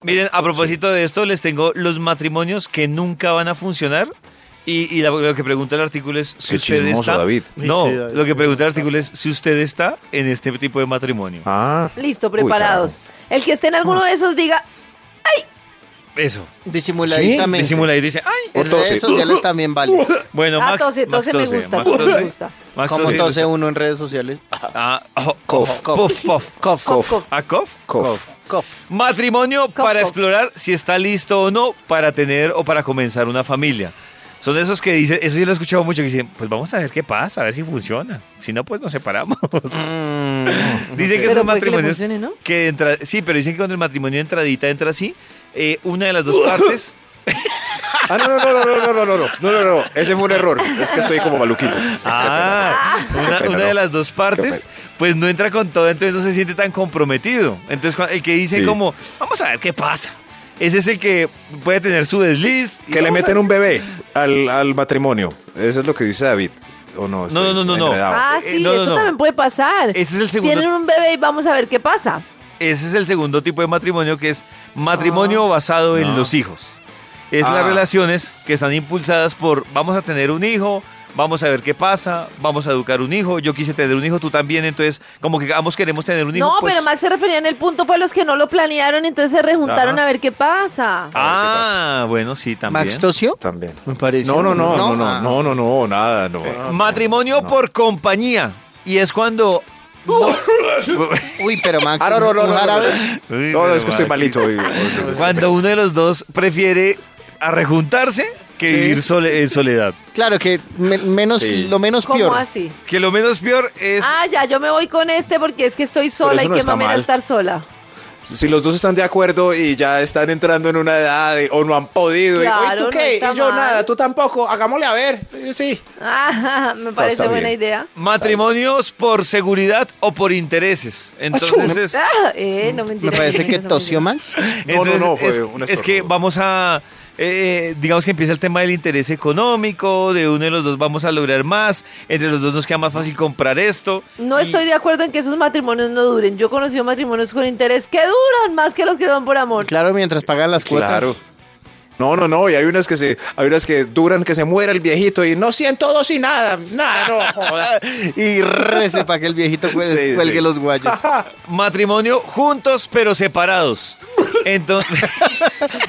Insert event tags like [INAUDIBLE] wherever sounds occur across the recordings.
Miren, a propósito de esto, les tengo los matrimonios que nunca van a funcionar. Y, y la- lo que pregunta el artículo es si Qué usted chismoso, está. David. No, Sí, sí, David, lo que sí, pregunta el está. artículo es si usted está en este tipo de matrimonio. Ah. Listo, preparados. el que esté en alguno de esos diga, Eso. Disimuladamente. Disimula y dice, ay. En O tose. redes sociales también vale. Bueno, Ah, Max. tose, Max tose me gusta, Max tose me tose. gusta. Max ¿Cómo tose. entonces uno en redes sociales? Ah, oh, cof, Cof. puff, puff. Cof. Cof, cof. ¿A cof? Cof. Cof. Matrimonio Cof, para cof. explorar si está listo o no para tener o para comenzar una familia. Son esos que dicen, eso yo lo he escuchado mucho, que dicen, pues vamos a ver qué pasa, a ver si funciona. Si no, pues nos separamos. Mm. [LAUGHS] dicen que son Pero puede que le matrimonios funcione, ¿no? que entra, sí, pero dicen que cuando el matrimonio entradita entra así, eh, una de las dos [LAUGHS] partes, Ah, no, no, no, no, no, no, no, no, no, no, no, no, ese fue un error. Es que estoy como maluquito. ah, una, pena, una de no. las dos partes, pues no entra con todo, entonces no se siente tan comprometido. Entonces cua- el que dice Sí. como, vamos a ver qué pasa. Ese es el que puede tener su desliz. y Que le vamos a- meten un bebé al, al matrimonio. Eso es lo que dice David. ¿O no? Estoy No, no, no, no, no. enredado. ah, eh, sí, no, no, eso no. también puede pasar. Ese es el segundo- Tienen un bebé y vamos a ver qué pasa. Ese es el segundo tipo de matrimonio que es matrimonio basado en los hijos. Es Ah. las relaciones que están impulsadas por vamos a tener un hijo, vamos a ver qué pasa, vamos a educar un hijo, yo quise tener un hijo, tú también, entonces como que ambos queremos tener un hijo. no, pues- pero Max se refería en el punto, fue a los que no lo planearon, entonces se rejuntaron Ajá. a ver qué pasa. Ah, bueno, sí, también. Max Ah. Tosio. También. Me parece. No, no, no, no, no, Ah. no, no, no, nada, no. matrimonio No. por compañía. Y es cuando... [LAUGHS] Uy, pero Max. Ah, no, no, no, un no, no, no. jarabe. Uy, No, pero es que estoy Max. malito. hoy. Hoy- Cuando uno de los dos prefiere arrejuntarse que Sí. vivir sole- en soledad. Claro que me- menos, Sí. lo menos ¿Cómo peor. así? Que lo menos peor es... Ah, ya, yo me voy con este porque es que estoy sola eso y no qué está mamera mal. estar sola. [LAUGHS] Si los dos están de acuerdo y ya están entrando en una edad de- o no han podido. y, "Oye, Claro, no ¿tú qué? está y yo mal. nada, tú tampoco. Hagámosle a ver. Sí, sí. Ah, me parece está buena bien. idea. Matrimonios por seguridad o por Ah, intereses. Entonces, es, Ah, eh, [LAUGHS] no mentira. Me parece que tosió Max. No, no, no, fue es- un es que estornudo. vamos a, eh, digamos que empieza el tema del interés económico, de uno de los dos vamos a lograr más, entre los dos nos queda más fácil comprar esto. No Y- estoy de acuerdo en que esos matrimonios no duren. Yo he conocido matrimonios con interés que duran más que los que dan por amor. Claro, mientras pagan las cuotas. Claro. No, no, no. Y hay unas que se, hay unas que duran que se muera el viejito y no siento dos y nada, nada, no. [LAUGHS] joda". Y rece para que el viejito cuel- Sí, cuelgue sí. los guayos. Matrimonio juntos pero separados. Entonces,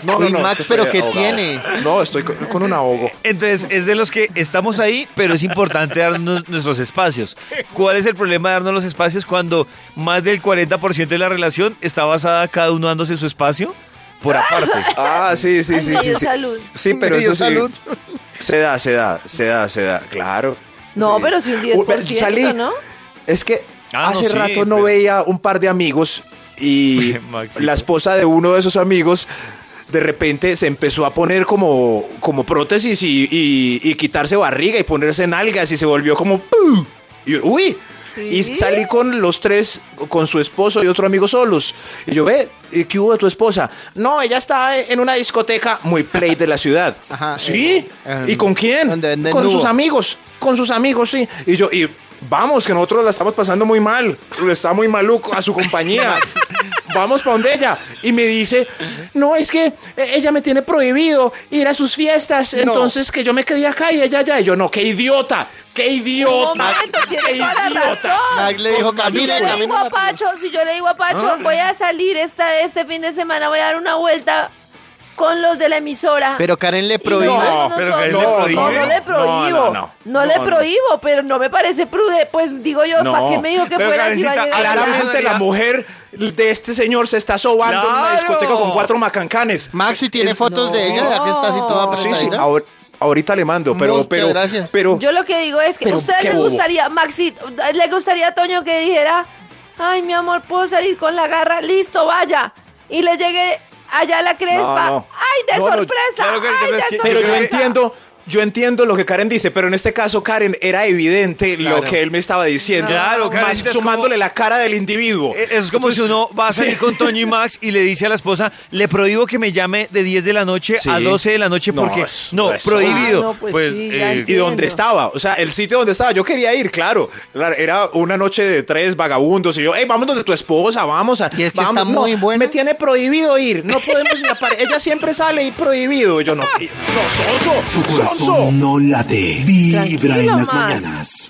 No, Uy, es Max, que pero estoy ¿qué ahogado. tiene? No, estoy con, con un ahogo. entonces, es de los que estamos ahí, pero es importante darnos nuestros espacios. ¿Cuál es el problema de darnos los espacios cuando más del 40% de la relación está basada cada uno dándose su espacio por aparte? [LAUGHS] Ah, sí, sí, Ay, sí, me sí. dio Sí, salud. Sí, pero Me dio eso sí. salud. Se da, se da, se da, se da. Claro. No, Sí. pero si un Uh, 10%, salí. ¿no? Es que Ah, no, hace sí, rato pero- no veía un par de amigos y [LAUGHS] Maxito. la esposa de uno de esos amigos de repente se empezó a poner como, como prótesis y, y- y quitarse barriga y ponerse nalgas y se volvió como... ¡pum! Y, yo, ¡Uy! ¿Sí? Y salí con los tres, con su esposo y otro amigo solos. Y yo, ve, ¿y ¿qué hubo de tu esposa? No, ella está en una discoteca muy play de la ciudad. Ajá, ¿Sí? eh, ¿Y con quién? donde venden Con sus nubo. amigos, con sus amigos, sí. Y yo, y vamos, que nosotros la estamos pasando muy mal. Está muy maluco a su compañía. [LAUGHS] vamos para donde ella. Y me dice, no, es que eh, ella me tiene prohibido ir a sus fiestas. Entonces que yo me quedé acá y ella ya. Y yo, no, qué idiota, qué Un idiota. momento, qué tiene toda la idiota". razón. Max le dijo, Si camina, yo le digo camina. a Pacho, si yo le digo a Pacho, voy a salir esta, este fin de semana, voy a dar una vuelta con los de la emisora. Pero Karen le Y nos prohíbe. vamos No, pero nosotros. que él le no, prohíbe. no le prohíbo. No, No, no, no. le No, no. prohíbo, pero no me parece prude. Pues digo yo, No. ¿para qué me dijo que Pero, fuera si Karencita, va a llegar a la aclárame Claramente la mujer de este señor se está sobando en una ¡Claro! discoteca con cuatro macancanes. Max, si tiene fotos de no. ella, ya que está así toda Sí, sí, apretadita. ahor- ahorita le mando, pero, Muchas pero, gracias. pero, Yo lo que digo es que a Pero ustedes qué les bobo. gustaría, Maxi, le gustaría a Toño que dijera, ay, mi amor, puedo salir con la garra, listo, vaya. Y le llegue allá a la crespa, no. ay, de No, no, sorpresa, claro que- ay, pero de es que- [LAUGHS] sorpresa. Ah, pero yo entiendo, yo entiendo lo que Karen dice, pero en este caso, Karen, era evidente lo Claro. que él me estaba diciendo. Claro, Karen, Más es como- sumándole la cara del individuo. Eh, Es como si uno va a salir con Toño y Max y le dice a la esposa, le prohíbo que me llame de 10 de la noche Sí. a 12 de la noche No, porque... es- No, es- prohibido. Ah, no, pues sí, eh, ya ¿Y dónde Entiendo. estaba? O sea, el sitio donde estaba. Yo quería ir, claro. Claro, Era una noche de tres vagabundos y yo, hey, vamos donde tu esposa, vamos a. Y es que vamos". está No, muy buena. Me tiene prohibido ir. No podemos ir a par- Ella siempre sale y prohibido. Y Yo no. y- No, soso. Tu soso". corazón no late, vibra en Tranquilo, Max. las mañanas.